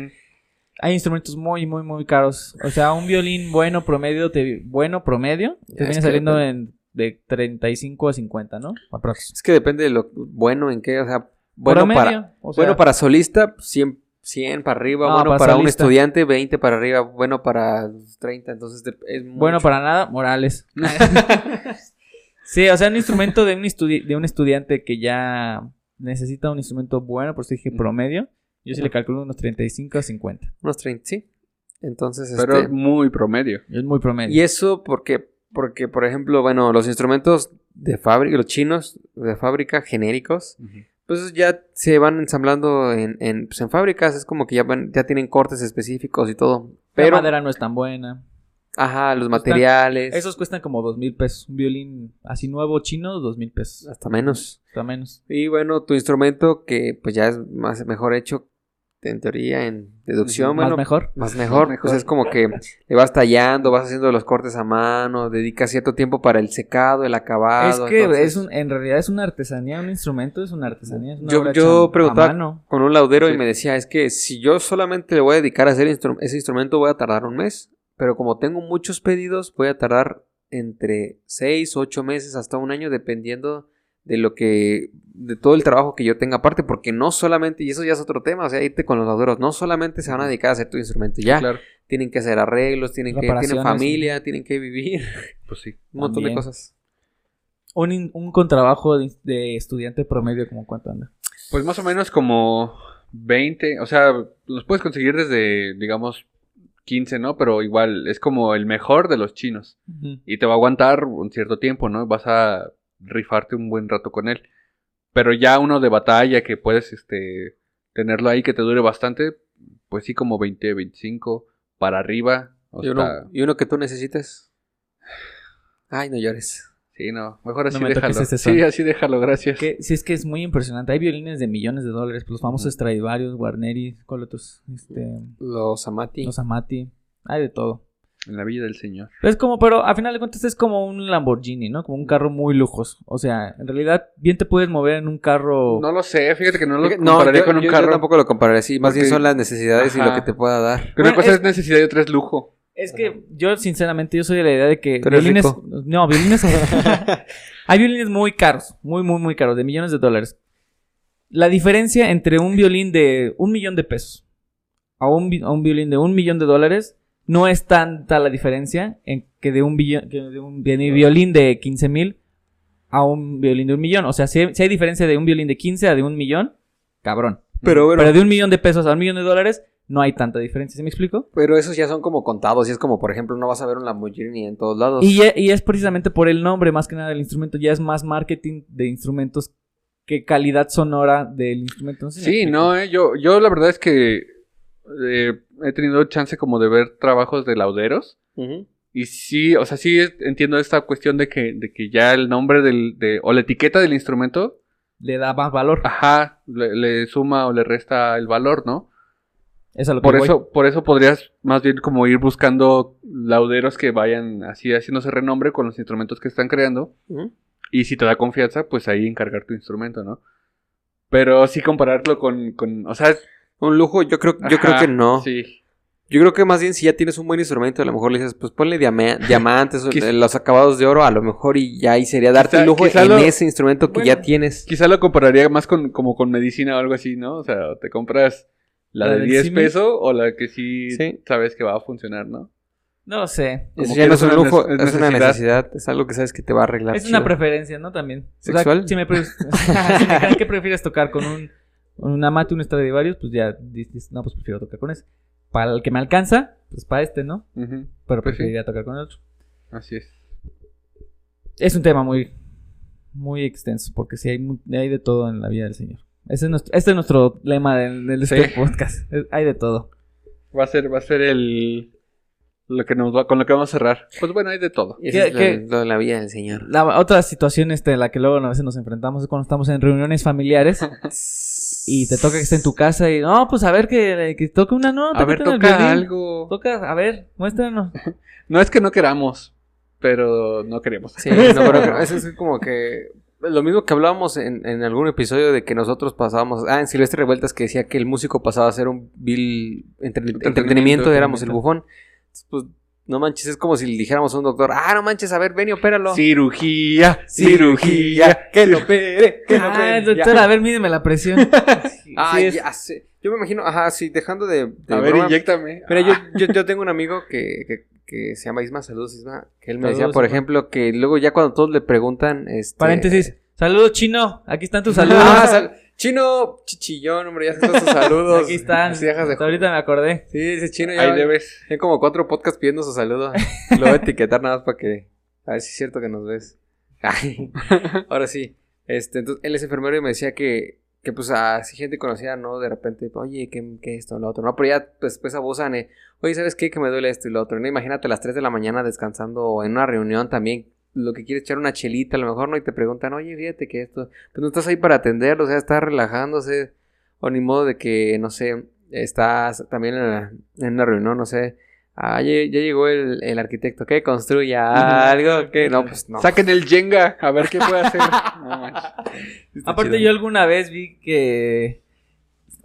Hay instrumentos muy, muy, muy caros. O sea, un violín bueno promedio, te, bueno promedio, te Ya, viene es que saliendo depende. en, de 35 a 50, ¿no? Aprox. Es que depende de lo bueno en qué, o sea, bueno Promedio, para, o sea, bueno para solista, 100, 100 para arriba, No, bueno para para, un solista. estudiante, 20 para arriba, bueno para 30, entonces dep- es bueno mucho. para nada, Morales. Sí, o sea, un instrumento de un, estudi- de un estudiante que ya necesita un instrumento bueno, por eso dije promedio. Yo sí le calculo unos 35 a 50. unos 30, sí. Entonces, pero este, muy promedio Es muy promedio. y eso porque porque por ejemplo, bueno, los instrumentos de fábrica, los chinos de fábrica genéricos, pues ya se van ensamblando en, en, pues, en fábricas, es como que ya van ya tienen cortes específicos y todo. Pero... Pero La madera no es tan buena. ajá, los materiales, Esos cuestan como dos mil pesos. Un violín así nuevo chino, dos mil pesos. hasta menos. Hasta menos. Y bueno, tu instrumento que pues ya es más mejor hecho en teoría, en deducción, Más bueno, mejor. más mejor. Mejor. Pues es como que le vas tallando, vas haciendo los cortes a mano, dedicas cierto tiempo para el secado, el Es acabado. que entonces, es un, en realidad es una artesanía, un instrumento es una artesanía. es una Yo- obra yo hecha a preguntaba- mano. con un laudero Sí. y me decía, es que si yo solamente le voy a dedicar a hacer instru- ese instrumento voy a tardar un mes, pero como tengo muchos pedidos voy a tardar entre 6, 8 meses hasta un año dependiendo de lo que de todo el trabajo que yo tenga aparte, porque no solamente y eso ya es otro tema, o sea, irte con los lauderos, no solamente se van a dedicar a hacer tu instrumento ya, claro tienen que hacer arreglos, tienen que tienen Reparaciones. familia, tienen que vivir, pues sí un montón También. de cosas. Un, in- un contrabajo de, de estudiante promedio, como cuánto anda. pues más o menos como 20 o sea los puedes conseguir desde digamos 15 no pero igual es como el mejor de los chinos Ujú. y te va a aguantar un cierto tiempo no vas a rifarte un buen rato con él pero ya uno de batalla que puedes este tenerlo ahí que te dure bastante pues sí como 20 25 para arriba o Y sea, uno, y uno que tú necesitas. Ay, no llores. Sí, no, mejor No así me toques déjalo. ese Sí, son. así déjalo, gracias. Que, sí, es que es muy impresionante. Hay violines de millones de dólares, pues, los famosos Stradivarius, Guarneri, ¿cuál otros? Este, Los Amati. los Amati, hay de todo. En la Villa del Señor. Pero es como, pero al final de cuentas es como un Lamborghini, ¿no? Como un carro muy lujoso. O sea, en realidad bien te puedes mover en un carro. No lo sé, fíjate que no lo Fíjate, compararé yo- con un yo- yo carro. tampoco lo compararé, sí. Más bien Porque- son las necesidades y Ajá. lo que te pueda dar. Que una Bueno, cosa es- pues es... necesidad y otra es lujo. Es que yo sinceramente yo soy de la idea de que Tú eres violines, rico. no, violines Hay violines muy caros, muy muy muy caros de millones de dólares. La diferencia entre un violín de un millón de pesos a un, vi- a un violín de un millón de dólares no es tanta la diferencia en que de un, billo- que de un- de mi violín de 15 mil a un violín de un millón. O sea, si hay, si hay diferencia de un violín de 15 a de un millón, cabrón. Pero bueno, Pero de un millón de pesos a un millón de dólares no hay tanta diferencia. ¿Sí me explico? Pero esos ya son como contados. Y es como, por ejemplo, no vas a ver un Lamborghini en todos lados. Y, e- y es precisamente por el nombre, más que nada, del instrumento. Ya es más marketing de instrumentos que calidad sonora del instrumento. No sé si me Sí, explico. no, eh, yo, yo la verdad es que eh, he tenido chance como de ver trabajos de lauderos. Ujú. Y sí, o sea, sí es- entiendo esta cuestión de que, de que ya el nombre del, de, o la etiqueta del instrumento, Le da más valor. Ah, ajá, le, le suma o le resta el valor, ¿no? Es a lo que Por voy. eso, por eso podrías más bien como ir buscando lauderos que vayan así haciéndose renombre con los instrumentos que están creando. Ujú. Y si te da confianza, pues ahí encargar tu instrumento, ¿no? Pero sí compararlo con, con o sea, Un lujo, yo creo, yo creo ajá, que no. Sí. Yo creo que más bien si ya tienes un buen instrumento, a lo mejor le dices, pues ponle diama- diamantes, o- Quizá- los acabados de oro, a lo mejor y ya ahí sería darte Quizá- el lujo quizá en lo- ese instrumento que ya Bueno. tienes. Quizá lo compararía más con, como con medicina o algo así, ¿no? O sea, te compras la, La de del 10 Siemens. pesos o la que sí, Sí. sabes que va a funcionar, ¿no? No lo sé. Como Eso que ya no es es un una lujo, nece- es, es una necesidad. necesidad, es algo que sabes que te va a arreglar. Es una chido. preferencia, ¿no? También. O sea, ¿Sexual? si me, pre- si me dijeran, qué prefieres tocar con un, un amate, un Stradivarius, pues ya dices, no, pues prefiero tocar con ese. Para el que me alcanza, pues para este, ¿no? Ujú, Pero Pues sí. preferiría tocar con el otro. Así es. Es un tema muy, muy extenso, porque sí hay, mu- hay de todo en la vida del Señor. Ese es nuestro, este es nuestro lema del, del este Sí. podcast. Es- Hay de todo. Va a ser, va a ser el lo que nos va, con lo que vamos a cerrar. Pues bueno, hay de todo. Y eso ¿Qué- es lo- qué- lo de la vida del Señor. La otra situación este, en la que luego a veces nos enfrentamos es cuando estamos en reuniones familiares y te toca que esté en tu casa y, no, pues a ver que, que toque una nota. a ver, toca algo. Toca, a ver, muéstranos. No es que no queramos, pero no queremos. Sí, no, pero creo- eso es como que lo mismo que hablábamos en, en algún episodio de que nosotros pasábamos, ah, en Silvestre Revueltas que decía que el músico pasaba a ser un vil entre- entretenimiento, Entretenimiento, éramos el entretenimiento. bufón. Entonces, Pues no manches, es como si le dijéramos a un doctor, ah, no manches, a ver, ven y opéralo. Cirugía, cirugía. cirugía, que lo opere, que lo Ah, opere. doctor, ya. a ver, mídeme la presión. Sí, Ah, sí es- ya sé. Yo me imagino, ajá, sí, dejando de, de A ver, broma, inyectame. Mira, yo, yo, yo tengo un amigo que, que, que se llama Isma, saludos Isma, que él me decía, Saludos, por Isma. ejemplo, que luego ya cuando todos le preguntan, este... Paréntesis. Saludos, chino. Aquí están tus saludos. Ah, sal- Chino, chichillón, hombre, ya están tus saludos. Aquí están. Sí, dejas de- Hasta ahorita me acordé. Sí, ese chino ya... Ah, Ahí debes. Hay como cuatro podcasts pidiendo su saludo. Lo voy a etiquetar nada más para que... A ver si es cierto que nos ves. Ay, Ahora sí. Este, entonces, él es enfermero y me decía que... Que pues así gente conocida, ¿no? De repente, oye, que, que esto, lo otro, ¿no? Pero ya pues, pues abusan, eh, oye, ¿sabes qué? Que me duele esto y lo otro, ¿no? Imagínate a las 3 de la mañana descansando o en una reunión también, lo que quieres echar una chelita, a lo mejor, ¿no? Y te preguntan, oye, fíjate que esto, pues no estás ahí para atenderlo, o sea, estás relajándose, o ni modo de que, no sé, estás también en, la- en una reunión, no sé. Ah, ya, ya llegó el, el arquitecto que construya algo que no, pues no. Saquen el Jenga, a ver qué puede hacer. No manches. Está Aparte, chido. yo alguna vez vi que.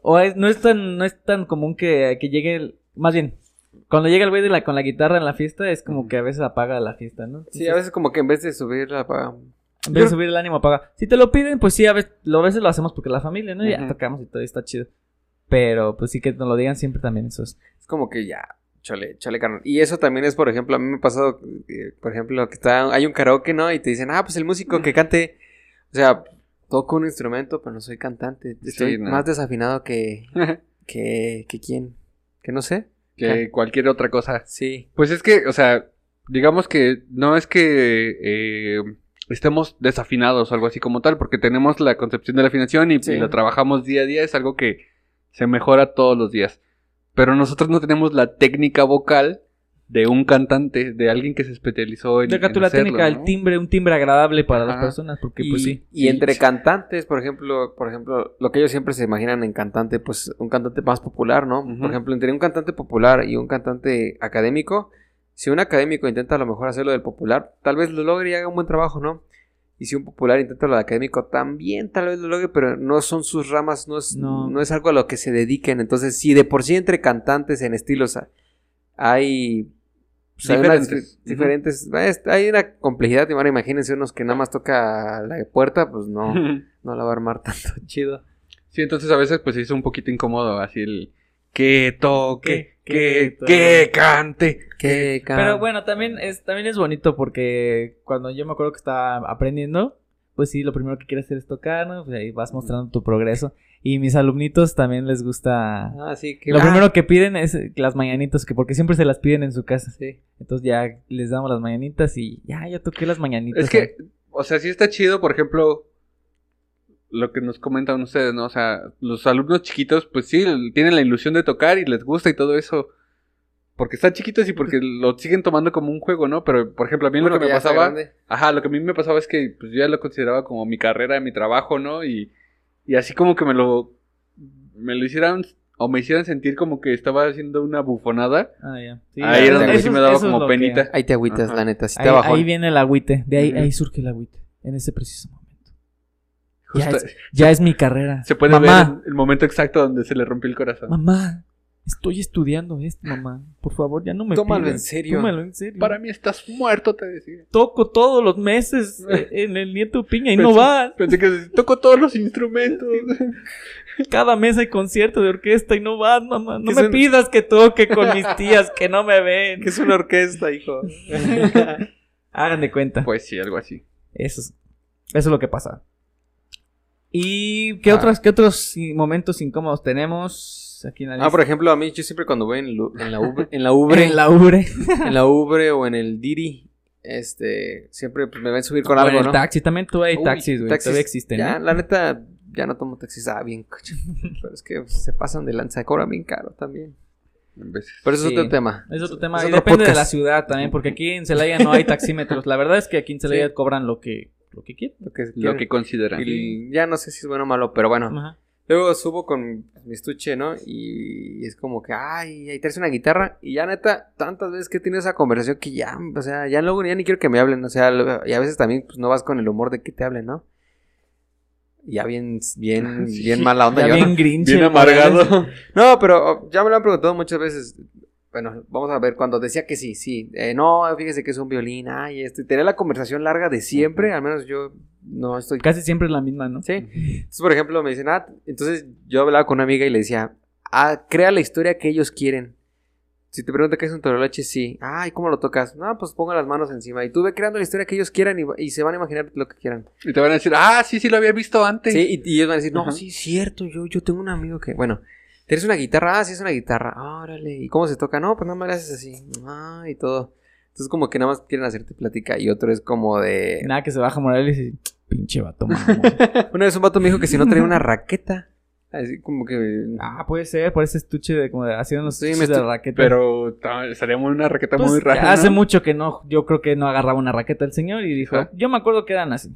O es- no, es tan, no es tan común que, que llegue el. Más bien, cuando llega el güey de la, con la guitarra en la fiesta, es como que a veces apaga la fiesta, ¿no? Sí, a veces como que en vez de subir la pa- En vez de subir el ánimo, apaga. Si te lo piden, pues sí, a veces lo, a veces lo hacemos porque la familia, ¿no? Ya Ujú. tocamos y todo y está chido. Pero pues sí que nos lo digan siempre también, eso es. Es como que ya, chole, chole, carnal. Y eso también es, por ejemplo, a mí me ha pasado, eh, por ejemplo, que está, hay un karaoke, ¿no? Y te dicen, ah, pues el músico que cante. O sea, toco un instrumento, pero no soy cantante. Estoy Sí, no. más desafinado que, que, que quién. Que no sé. que cualquier otra cosa. Sí. Pues es que, o sea, digamos que no es que eh, estemos desafinados o algo así como tal, porque tenemos la concepción de la afinación y, Sí. y la trabajamos día a día, es algo que se mejora todos los días. Pero nosotros no tenemos la técnica vocal de un cantante, de alguien que se especializó en. Deja tú en la hacerlo, técnica, ¿no? el timbre, un timbre agradable para las Ajá. personas, porque y, pues sí. y entre cantantes, por ejemplo, por ejemplo, lo que ellos siempre se imaginan en cantante, pues un cantante más popular, ¿no? Ujú. Por ejemplo, entre un cantante popular y un cantante académico, si un académico intenta a lo mejor hacer lo del popular, tal vez lo logre y haga un buen trabajo, ¿no? Y si un popular intenta lo de académico, también tal vez lo logre, pero no son sus ramas, no es, No. no. es algo a lo que se dediquen. Entonces, si de por sí entre cantantes en estilos ha- hay pues, hay unas Diferentes. dif- Ujú. diferentes. es- Hay una complejidad. Y ahora imagínense unos que nada más toca la puerta, pues no, no la va a armar tanto chido. Sí, entonces a veces pues es un poquito incómodo así el que toque, Que- que, que que cante. Qué Pero bueno, también es, también es bonito porque cuando yo me acuerdo que estaba aprendiendo, pues sí, lo primero que quieres hacer es tocar, ¿no? Pues ahí vas mostrando tu progreso. Y mis alumnitos también les gusta. Ah, sí, que Lo primero que piden es eh, las mañanitas, que porque siempre se las piden en su casa. Sí. Entonces ya les damos las mañanitas y ya, ya toqué las mañanitas. Es que, o sea, sí está chido, por ejemplo, lo que nos comentan ustedes, ¿no? O sea, los alumnos chiquitos, pues sí, tienen la ilusión de tocar y les gusta y todo eso. Porque están chiquitos y porque lo siguen tomando como un juego, ¿no? Pero, por ejemplo, a mí Uno lo que me ya está pasaba... grande. Ajá, lo que a mí me pasaba es que pues, yo ya lo consideraba como mi carrera, mi trabajo, ¿no? Y, y así como que me lo, me lo hicieran o me hicieran sentir como que estaba haciendo una bufonada. Ah, ya. Sí, ahí era eso- donde sí eso- me daba eso es como lo que- penita. Ahí te agüitas, Ajá. la neta. Si te Ahí, bajó. ahí viene el agüite. De ahí, Ujú. ahí surge el agüite. En ese preciso momento. Ya Justo- es, ya es mi carrera. Se puede mamá, ver el momento exacto donde se le rompió el corazón. Mamá, estoy estudiando esto, mamá. Por favor, ya no me Tómalo pidas. en serio. Tómalo en serio. Para mí estás muerto, te decía. Toco todos los meses eh, en el nieto piña y no Pensé- va. Pensé que toco todos los instrumentos. Cada mes hay concierto de orquesta y no va, mamá. No Que me son- pidas que toque con mis tías que no me ven. Que es una orquesta, hijo. Hagan de cuenta. pues sí, algo así. Eso es, eso es lo que pasa. ¿Y qué, Ah. otras, qué otros i- momentos incómodos tenemos aquí en la Ah, por ejemplo, a mí yo siempre cuando voy en, lu- en la Ubre, en la Ubre, En la Ubre. en la Ubre o en el Diri, este, siempre pues, me ven subir con O algo, en el ¿no? taxi. También todavía hay Uy, taxis, güey. taxis, Todavía existen, ¿eh? Ya, ¿no? la neta, ya no tomo taxis. Ah, bien, coche. Pero es que se pasan de lanza, cobran bien caro también. En veces. Pero eso Sí. es otro tema. Es otro tema. Es y otro depende de la podcast. ciudad también, porque aquí en Celaya no hay taxímetros. La verdad es que aquí en Celaya cobran lo que, lo que quieren. Lo que, Lo que consideran. y ya no sé si es bueno o malo, pero Ah. bueno. Ajá. Luego subo con mi estuche, ¿no? Y es como que, ay, ahí traes una guitarra. Y ya, neta, tantas veces que he tenido esa conversación que ya, o sea, ya luego ya ni quiero que me hablen. O sea, lo- y a veces también pues, no vas con el humor de que te hablen, ¿no? Ya bien, bien, Sí. bien mala onda. Ah, Ya yo, ¿no? bien grinch. Bien el padre. amargado. No, pero oh, ya me lo han preguntado muchas veces. Bueno, vamos a ver, cuando decía que sí, sí. eh, no, fíjese que es un violín, ay, esto. Y tenía la conversación larga de siempre, al menos yo no estoy... Casi siempre es la misma, ¿no? Sí. Entonces, por ejemplo, me dicen, ah, entonces yo hablaba con una amiga y le decía, ah, crea la historia que ellos quieren. Si te pregunta qué es un toroloche, sí. Ay, ¿cómo lo tocas? No, pues pongo las manos encima. Y tú ve creando la historia que ellos quieran y, y se van a imaginar lo que quieran. Y te van a decir, ah, sí, sí, lo había visto antes. Sí, y, y ellos van a decir, no, Ajá. sí, cierto, yo, yo tengo un amigo que, bueno, ¿tienes una guitarra? Ah, sí, es una guitarra. Ah, Órale, ¿y cómo se toca? No, pues nada más le haces así. Ah, y todo. Entonces como que nada más quieren hacerte plática y otro es como de... Nada, que se baja Morales y pinche vato, mamón. Una vez un vato me dijo que si no traía una raqueta, así como que... ah, puede ser, por ese estuche de como de, haciendo los Sí, me estuches de estoy- raqueta. Pero ta- estaría muy una raqueta Pues, muy rara. Hace ¿no? mucho que no, yo creo que no agarraba una raqueta el señor y dijo, Ajá. yo me acuerdo que eran así.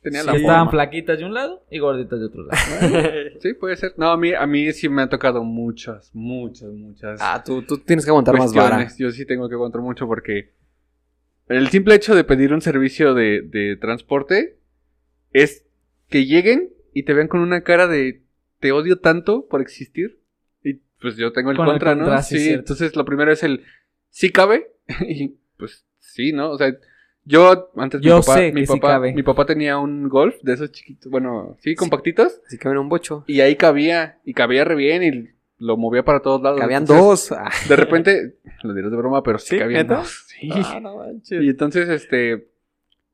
Tenía Sí, la estaban forma. flaquitas de un lado y gorditas de otro lado. Sí, puede ser. No, a mí, a mí sí me han tocado muchas, muchas, muchas. Ah, tú, tú tienes que aguantar más vara. cuestiones. Yo sí tengo que contar mucho porque el simple hecho de pedir un servicio de, de transporte es que lleguen y te vean con una cara de te odio tanto por existir. Y pues yo tengo el Con el contra, ¿no? contra, sí, sí, cierto. entonces lo primero es el sí cabe y pues sí, ¿no? O sea, yo antes Yo mi papá, sé mi, que sí papá cabe. mi papá tenía un golf de esos chiquitos, bueno, sí, compactitos Así que ven un bocho. y ahí cabía y cabía re bien y lo movía para todos lados. Cabían entonces- dos. Ah, de repente, lo dirás de broma, pero sí, ¿Sí? cabían ¿Neta? dos, Sí. Ah, no manches. y entonces, este,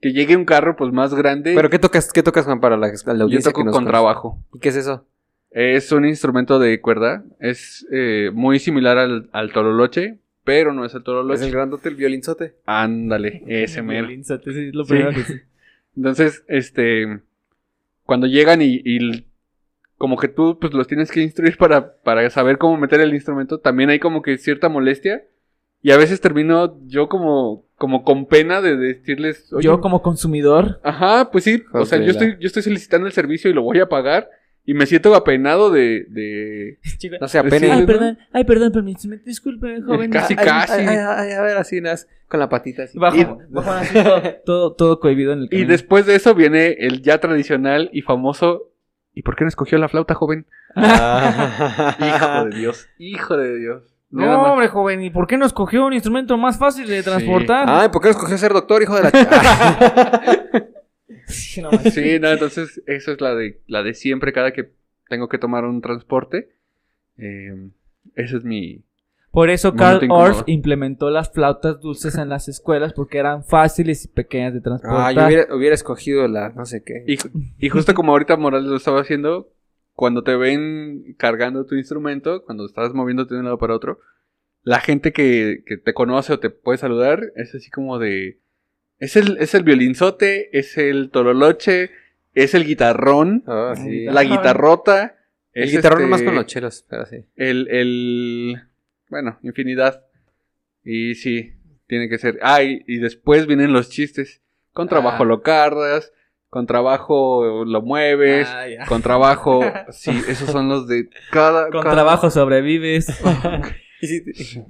que llegue un carro, pues, más grande. ¿Pero qué tocas, qué tocas Juan, para la, la yo audiencia toco que nos con trabajo. ¿Y qué es eso? Es un instrumento de cuerda. Es eh, muy similar al, al tololoche, pero no es el ¿Es tololoche. el grandote, el violinzote? Ándale, ese mero. Violín, sate, sí, es lo Sí. primero que sí. Entonces, este, cuando llegan y, y l- como que tú pues los tienes que instruir para, para saber cómo meter el instrumento, también hay como que cierta molestia. Y a veces termino yo como, como con pena de decirles, oye, Yo como consumidor, ajá, pues sí, o sea, yo Joder, la- estoy, yo estoy solicitando el servicio y lo voy a pagar. Y me siento apenado de... de... chico, No sé, Pues Sí, apenas. ay, ¿no? perdón, ay, perdón, por mi instrumento, disculpe, joven. Casi, Ay, casi. Ay, ay, ay, a ver, así, nas, con la patita. Así. Bajo, Y- bajo así, todo, todo, todo cohibido en el Y camino. después de eso viene el ya tradicional y famoso... ¿Y por qué no escogió la flauta, joven? Hijo de Dios, hijo de Dios. Nada más. No, hombre, joven, ¿y por qué no escogió un instrumento más fácil de transportar? Ay, ¿por qué escogió ser doctor, hijo de la chica? Sí, no manches. Sí, no, entonces eso es la de, la de siempre, cada que tengo que tomar un transporte. Eh, ese es mi... Por eso No, no Carl te incomoda. Orff implementó las flautas dulces en las escuelas porque eran fáciles y pequeñas de transportar. Ah, yo hubiera, hubiera escogido la no sé qué. Y, y justo como ahorita Morales lo estaba haciendo, cuando te ven cargando tu instrumento, cuando estás moviéndote de un lado para otro, la gente que, que te conoce o te puede saludar es así como de... Es el, es el violinzote, es el tololoche, es el guitarrón, Ah, La sí. la guitarrota. El es guitarrón este, más con los chelos, pero sí. el, el. Bueno, infinidad. Y sí, tiene que ser. Ah, y, y después vienen los chistes. Con trabajo Ah. lo cargas, con trabajo lo mueves, Ah, ya. con trabajo. Sí, esos son los de cada. Con cada- trabajo sobrevives. Y sí,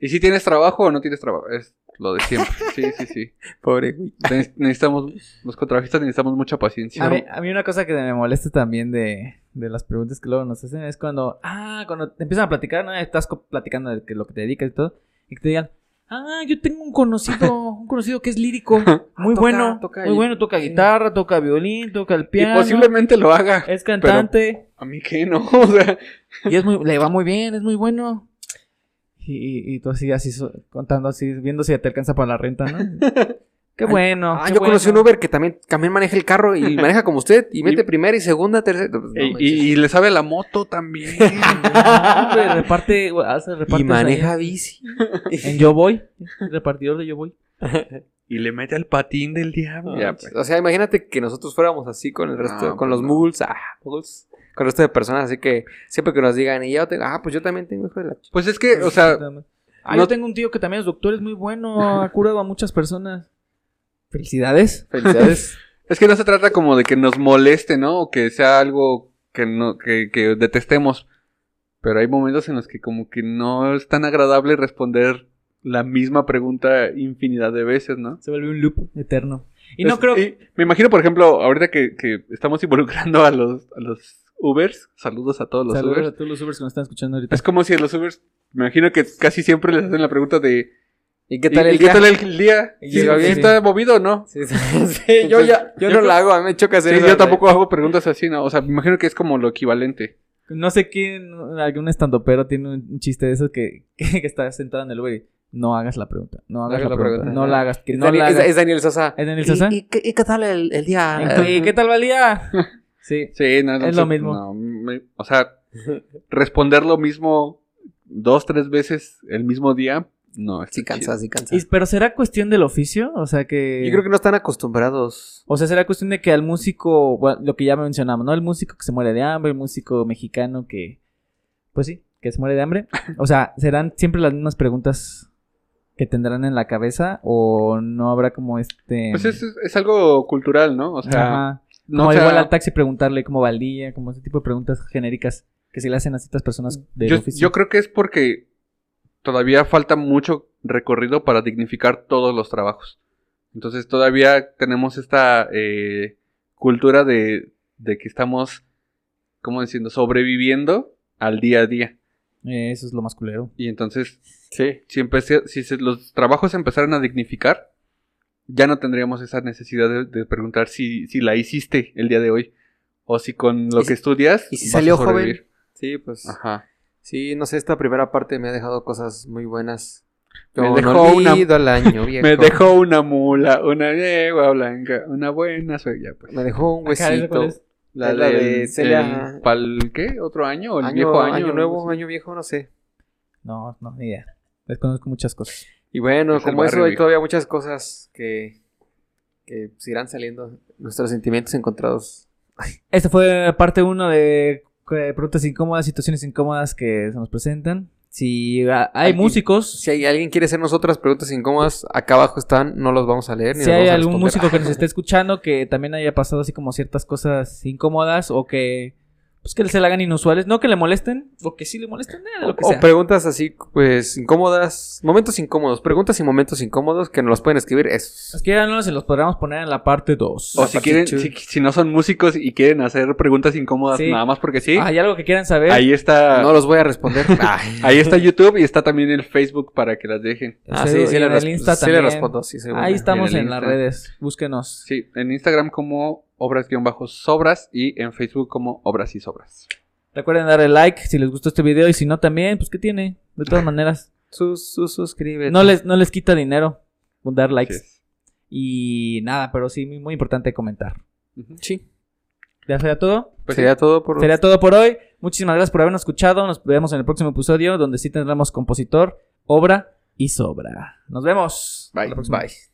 ¿Y si tienes trabajo o no tienes trabajo? Es lo de siempre. Sí, sí, sí. Pobre güey. Ne- Necesitamos. Los contrabajistas necesitamos mucha paciencia. A mí, a mí una cosa que me molesta también de, de las preguntas que luego nos hacen es cuando, ah, cuando te empiezan a platicar, ¿no? Estás co- platicando de que lo que te dedicas y todo, y que te digan, ah, yo tengo un conocido, un conocido que es lírico, muy Ah, toca- bueno, toca muy y- bueno, toca sí. guitarra, toca violín, toca el Y piano, posiblemente lo haga. es cantante, A mí que no. O sea, y es muy, le va muy bien, es muy bueno. Y, y- y tú así, así, so- contando así, viendo si te alcanza para la renta, ¿no? Qué bueno. Ah, qué yo conocí un bueno. Uber que también, también maneja el carro y maneja como usted. Y mete Y- primera y segunda, tercera. No, pues, no y, manches. y- y le sabe la moto también. Ah, güey, reparte, güey, hace repartes Y ahí. maneja bici. En Yo Voy, repartidor de Yo Voy. Y le mete al patín del diablo. No, O sea, imagínate que nosotros fuéramos así con el resto, No, con pues los no. mules, ah, mules, con el resto de personas, así que siempre que nos digan, y yo tengo, ah, pues yo también tengo hijo de la ch-". Pues es que, o sea, Ah, no- yo tengo un tío que también es doctor, es muy bueno, ha curado a muchas personas. Felicidades. Felicidades. es que no se trata como de que nos moleste, ¿no? O que sea algo que no, que, que detestemos. Pero hay momentos en los que como que no es tan agradable responder la misma pregunta infinidad de veces, ¿no? Se vuelve un loop eterno. Y no Es- creo y me imagino, por ejemplo, ahorita que, que estamos involucrando a los, a los Ubers, saludos a todos los Saludos Ubers. a todos los Ubers que nos están escuchando ahorita. Es como si a los Ubers, me imagino que casi siempre les hacen la pregunta de ¿Y qué tal ¿Y- el y qué día? tal el día? Y ¿Sí- llega sí bien. ¿Está movido o no? Sí, sí, sí, yo ya, yo no la hago, a mí me choca Sí, hacer eso. yo tampoco hago preguntas así, ¿no? O sea, me imagino que es como lo equivalente. No sé quién, algún estandopero tiene un chiste de esos que, que está sentado en el Uber y no hagas la pregunta, no hagas la, pregunta, no la hagas, que Es, no Dani- la es- hagas. es Daniel Sosa. ¿Es Daniel Sosa? ¿Y, y qué, y qué tal el, el día? Entonces, ¿Y qué tal valía? Sí. Sí, no, no Es sé, lo mismo. no, me- o sea, responder lo mismo dos, tres veces el mismo día, no. está Sí cansa, sí cansa. Y- pero será cuestión del oficio, o sea que... Yo creo que no están acostumbrados. O sea, será cuestión de que al músico, bueno, lo que ya mencionamos, ¿no? El músico que se muere de hambre, el músico mexicano que, pues sí, que se muere de hambre. O sea, ¿serán siempre las mismas preguntas que tendrán en la cabeza o no habrá como este... mm, Pues es, es algo cultural, ¿no? O sea, Ajá. no como o sea, igual al taxi preguntarle cómo valía, como ese tipo de preguntas genéricas que se le hacen a ciertas personas del Mm, yo, oficio. yo creo que es porque todavía falta mucho recorrido para dignificar todos los trabajos. Entonces todavía tenemos esta eh, cultura de, de que estamos, ¿cómo diciendo?, sobreviviendo al día a día. Eh, eso es lo más culero. Y entonces, Sí. si, empecé- si se- los trabajos empezaran a dignificar, ya no tendríamos esa necesidad de, de preguntar si, si la hiciste el día de hoy o si con lo ¿Y si- que estudias. y si vas a salió joven? sobrevivir. Sí, pues. Ajá. Sí, no sé, esta primera parte me ha dejado cosas muy buenas. Yo Me no dejó una- olvido al año viejo. Me dejó una mula, una yegua blanca, una buena suegra, pues. Me dejó un Acá, ¿esa cuál huesito. es? La de, el- Celia. el ¿Pal qué? ¿Otro año? ¿O el año, viejo año? año nuevo, algo así? año viejo, no sé. No, no, ni idea. Desconozco muchas cosas. Y bueno, Es el como eso barrio hay viejo. todavía muchas cosas que, que se irán saliendo. Nuestros sentimientos encontrados. Esta fue parte 1 de eh, preguntas incómodas, situaciones incómodas que se nos presentan. Si ah, hay Alguien- músicos, Si hay- alguien quiere hacernos otras preguntas incómodas, acá abajo están, no los vamos a leer. ni si los hay vamos a algún responder. músico que nos esté escuchando que también haya pasado así como ciertas cosas incómodas o que pues que se le hagan inusuales, no que le molesten o que sí le molesten, eh, de lo que O sea. preguntas así, pues, incómodas. Momentos incómodos. Preguntas y momentos incómodos que nos los pueden escribir. Eso. Los quieran no se los podremos poner en la parte 2. O si quieren, si, si no son músicos y quieren hacer preguntas incómodas Sí. nada más porque sí, Ah, Hay algo que quieran saber. ahí está, No los voy a responder. Ay. ahí está YouTube y está también el Facebook para que las dejen. Ah, Ustedes- sí, sí, y Este, le, en resp- el Insta sí le también. respondo, sí, seguro. Ahí estamos En el en, las Insta. redes. Búsquenos. Sí, en Instagram como obras-sobras y en Facebook como obras y sobras. Recuerden darle like si les gustó este video y si no también, pues qué tiene. De todas maneras. Sus, sus, suscríbete. No les, no les quita dinero dar likes. Así es. Y nada, pero sí, muy muy importante comentar. Ujú. Sí. ¿Ya sería todo? Pues Sería sí. todo por... Sería todo por hoy. Muchísimas gracias por habernos escuchado. Nos vemos en el próximo episodio donde sí tendremos compositor, obra y sobra. Nos vemos. Bye. Hasta la próxima. Bye.